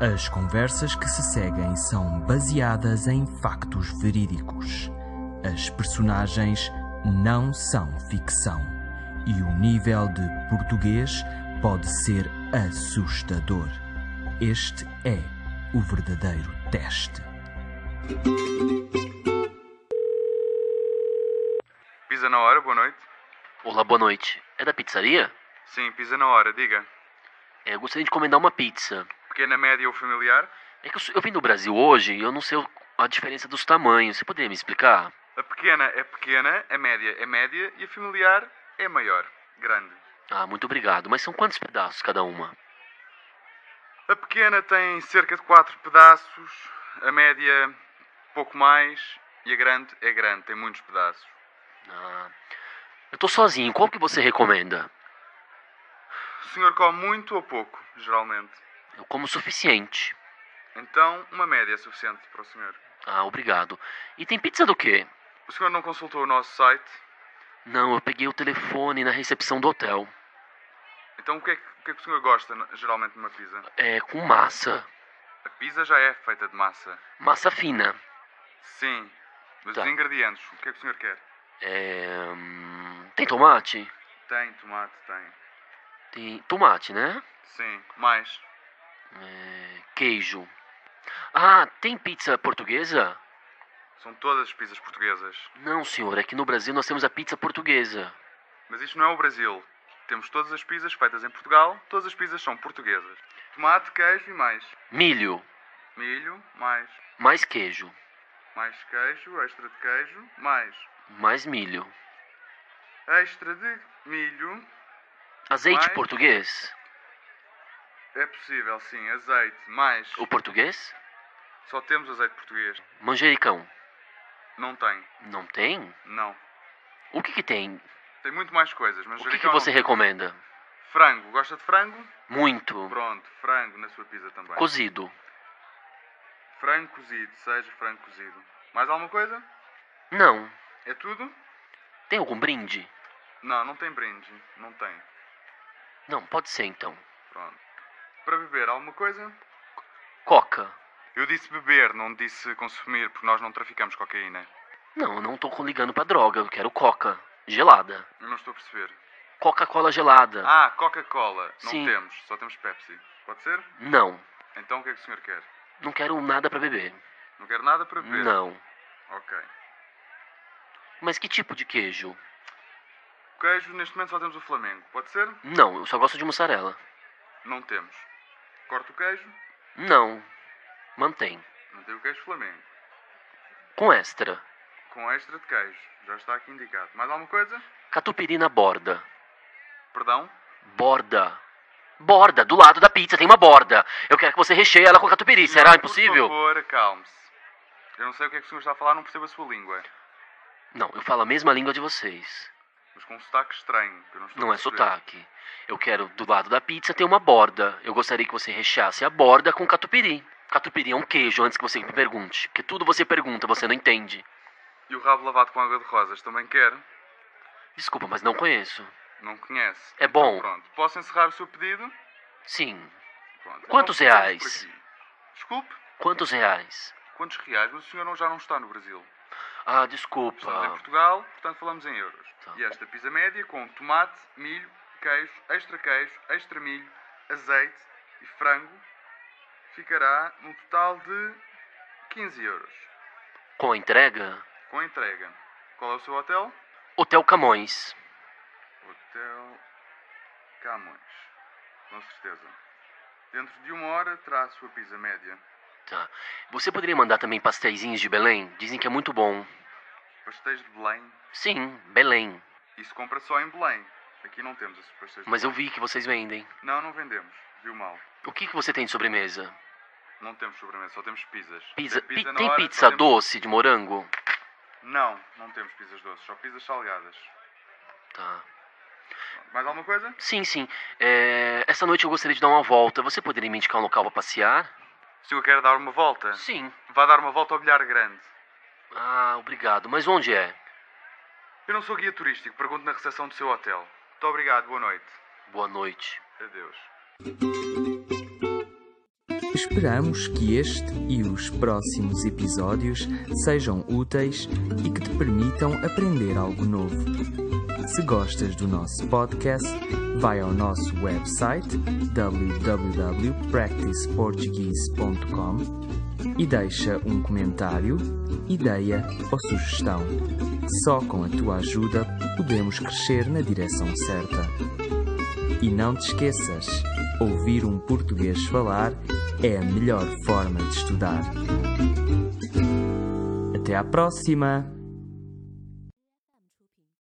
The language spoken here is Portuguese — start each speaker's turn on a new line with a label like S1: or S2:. S1: As conversas que se seguem são baseadas em factos verídicos. As personagens não são ficção e o nível de português pode ser assustador. Este é o verdadeiro teste.
S2: Pisa na hora, boa noite.
S3: Olá, boa noite. É da pizzaria?
S2: Sim, pisa na hora, diga.
S3: É, eu gostaria de encomendar uma pizza.
S2: Pequena, média ou familiar?
S3: É que eu, sou- eu vim do Brasil hoje e eu não sei o- a diferença dos tamanhos. Você poderia me explicar?
S2: A pequena é pequena, a média é média e a familiar é maior, grande.
S3: Ah, muito obrigado. Mas são quantos pedaços cada uma?
S2: A pequena tem cerca de 4 pedaços, a média pouco mais e a grande é grande, tem muitos pedaços.
S3: Ah, eu tô sozinho. Qual que você recomenda?
S2: O senhor come muito ou pouco, geralmente?
S3: Eu como o suficiente.
S2: Então, uma média é suficiente para o senhor.
S3: Ah, obrigado. E tem pizza do quê?
S2: O senhor não consultou o nosso site?
S3: Não, eu peguei o telefone na recepção do hotel.
S2: Então, o que é que, o, que é que o senhor gosta na- geralmente numa pizza?
S3: É com massa.
S2: A pizza já é feita de massa.
S3: Massa fina.
S2: Sim, mas
S3: Tá.
S2: os ingredientes, o que é que o senhor quer?
S3: É, hum, Tem tomate?
S2: Tem tomate, tem.
S3: Tem tomate, né?
S2: Sim, mais.
S3: É, Queijo. Ah, tem pizza portuguesa?
S2: São todas as pizzas portuguesas.
S3: Não, senhor, aqui no Brasil nós temos a pizza portuguesa.
S2: Mas isto não é o Brasil. Temos todas as pizzas feitas em Portugal, todas as pizzas são portuguesas. Tomate, queijo e mais.
S3: Milho,
S2: Milho, mais.
S3: mais queijo,
S2: Mais queijo, extra de queijo, mais.
S3: mais milho.
S2: Extra de milho,
S3: Azeite
S2: Mais?
S3: português?
S2: é possível, sim. Azeite, mais.
S3: O português?
S2: Só temos azeite português.
S3: Manjericão.
S2: Não tem,
S3: Não tem?
S2: não.
S3: O que que tem?
S2: Tem muito mais coisas, mas
S3: O que que
S2: jericão não
S3: você
S2: tem.
S3: recomenda?
S2: Frango, gosta de frango?
S3: Muito.
S2: Pronto, frango na sua pizza também.
S3: Cozido.
S2: Frango cozido, seja frango cozido. Mais alguma coisa?
S3: Não.
S2: É tudo?
S3: Tem algum brinde?
S2: Não, não tem brinde. Não tem.
S3: Não, pode ser então.
S2: Pronto. Para beber alguma coisa?
S3: Coca.
S2: Eu disse beber, não disse consumir, porque nós não traficamos cocaína.
S3: Não, eu não tô ligando pra droga, eu quero coca. Gelada.
S2: Eu não estou a perceber.
S3: Coca-Cola gelada.
S2: Ah, Coca-Cola. Não
S3: Sim.
S2: temos, só temos Pepsi. Pode ser?
S3: Não.
S2: Então o que é que o senhor quer?
S3: Não quero nada pra beber.
S2: Não quer nada para beber?
S3: Não.
S2: Ok.
S3: Mas que tipo de queijo?
S2: Queijo, neste momento só temos o Flamengo. Pode ser?
S3: Não, eu só gosto de mussarela.
S2: Não temos. Corta o queijo,
S3: Não. Mantém.
S2: não tem o queijo Flamengo.
S3: Com extra.
S2: Com extra de queijo. Já está aqui indicado. Mais alguma coisa?
S3: Catupiry na borda.
S2: Perdão?
S3: Borda. Borda. Do lado da pizza tem uma borda. Eu quero que você recheie ela com catupiry. Será
S2: Senhor,
S3: impossível?
S2: Por favor, acalme-se. Eu não sei o que é que o senhor está a falar, não percebo a sua língua.
S3: Não, eu falo a mesma língua de vocês.
S2: Mas com um sotaque estranho, que eu não estou
S3: Não
S2: a
S3: é
S2: perceber.
S3: sotaque. Eu quero do lado da pizza tem uma borda. Eu gostaria que você recheasse a borda com catupiry. Catupiry é um queijo antes que você me pergunte. Porque tudo você pergunta, você não entende.
S2: E o rabo lavado com água de rosas também quer?
S3: Desculpa, mas não conheço.
S2: Não conhece?
S3: É bom.
S2: Pronto, posso encerrar o seu pedido?
S3: Sim.
S2: Pronto.
S3: Quantos
S2: Então,
S3: reais?
S2: ficamos por aqui. Desculpe,
S3: Quantos reais?
S2: quantos reais? Mas o senhor não- já não está no Brasil.
S3: Ah,
S2: Estamos em
S3: desculpa.
S2: Portugal, portanto falamos em euros.
S3: Tá.
S2: E esta pizza média com tomate, milho, queijo, extra queijo, extra milho, azeite e frango ficará num total de 15 euros.
S3: Com a entrega?
S2: Com entrega. Qual é o seu hotel?
S3: Hotel Camões.
S2: Hotel Camões. Com certeza. Dentro de uma hora terá a sua pizza média.
S3: Tá. Você poderia mandar também pasteizinhos de Belém? Dizem que é muito bom.
S2: Pastéis de Belém.
S3: Sim, Belém.
S2: Isso compra só em Belém. Aqui não temos esses pastéis de
S3: Mas eu vi que vocês vendem.
S2: Belém. Não, não vendemos. Viu mal.
S3: O que, que você tem de sobremesa?
S2: Não temos sobremesa, só temos pizzas.
S3: Pizza,
S2: Tem
S3: pi-
S2: na
S3: tem
S2: hora,
S3: pizza
S2: só temos-
S3: doce de morango?
S2: Não, não temos pizzas doces, só pizzas salgadas.
S3: Tá.
S2: Mais alguma coisa?
S3: Sim, sim. É, essa noite eu gostaria de dar uma volta. Você poderia me indicar um local pra passear?
S2: Se eu quero dar uma volta,
S3: Sim.
S2: vá dar uma volta ao bilhar grande.
S3: Ah, obrigado. Mas onde é?
S2: Eu não sou guia turístico, pergunto na recepção do seu hotel. Muito obrigado, boa noite.
S3: Boa noite.
S2: Adeus.
S1: Esperamos que este e os próximos episódios sejam úteis e que te permitam aprender algo novo. Se gostas do nosso podcast, vai ao nosso website www.practiceportuguese.com e deixa um comentário, ideia ou sugestão. Só com a tua ajuda podemos crescer na direção certa. E não te esqueças, ouvir um português falar é a melhor forma de estudar. Até à próxima!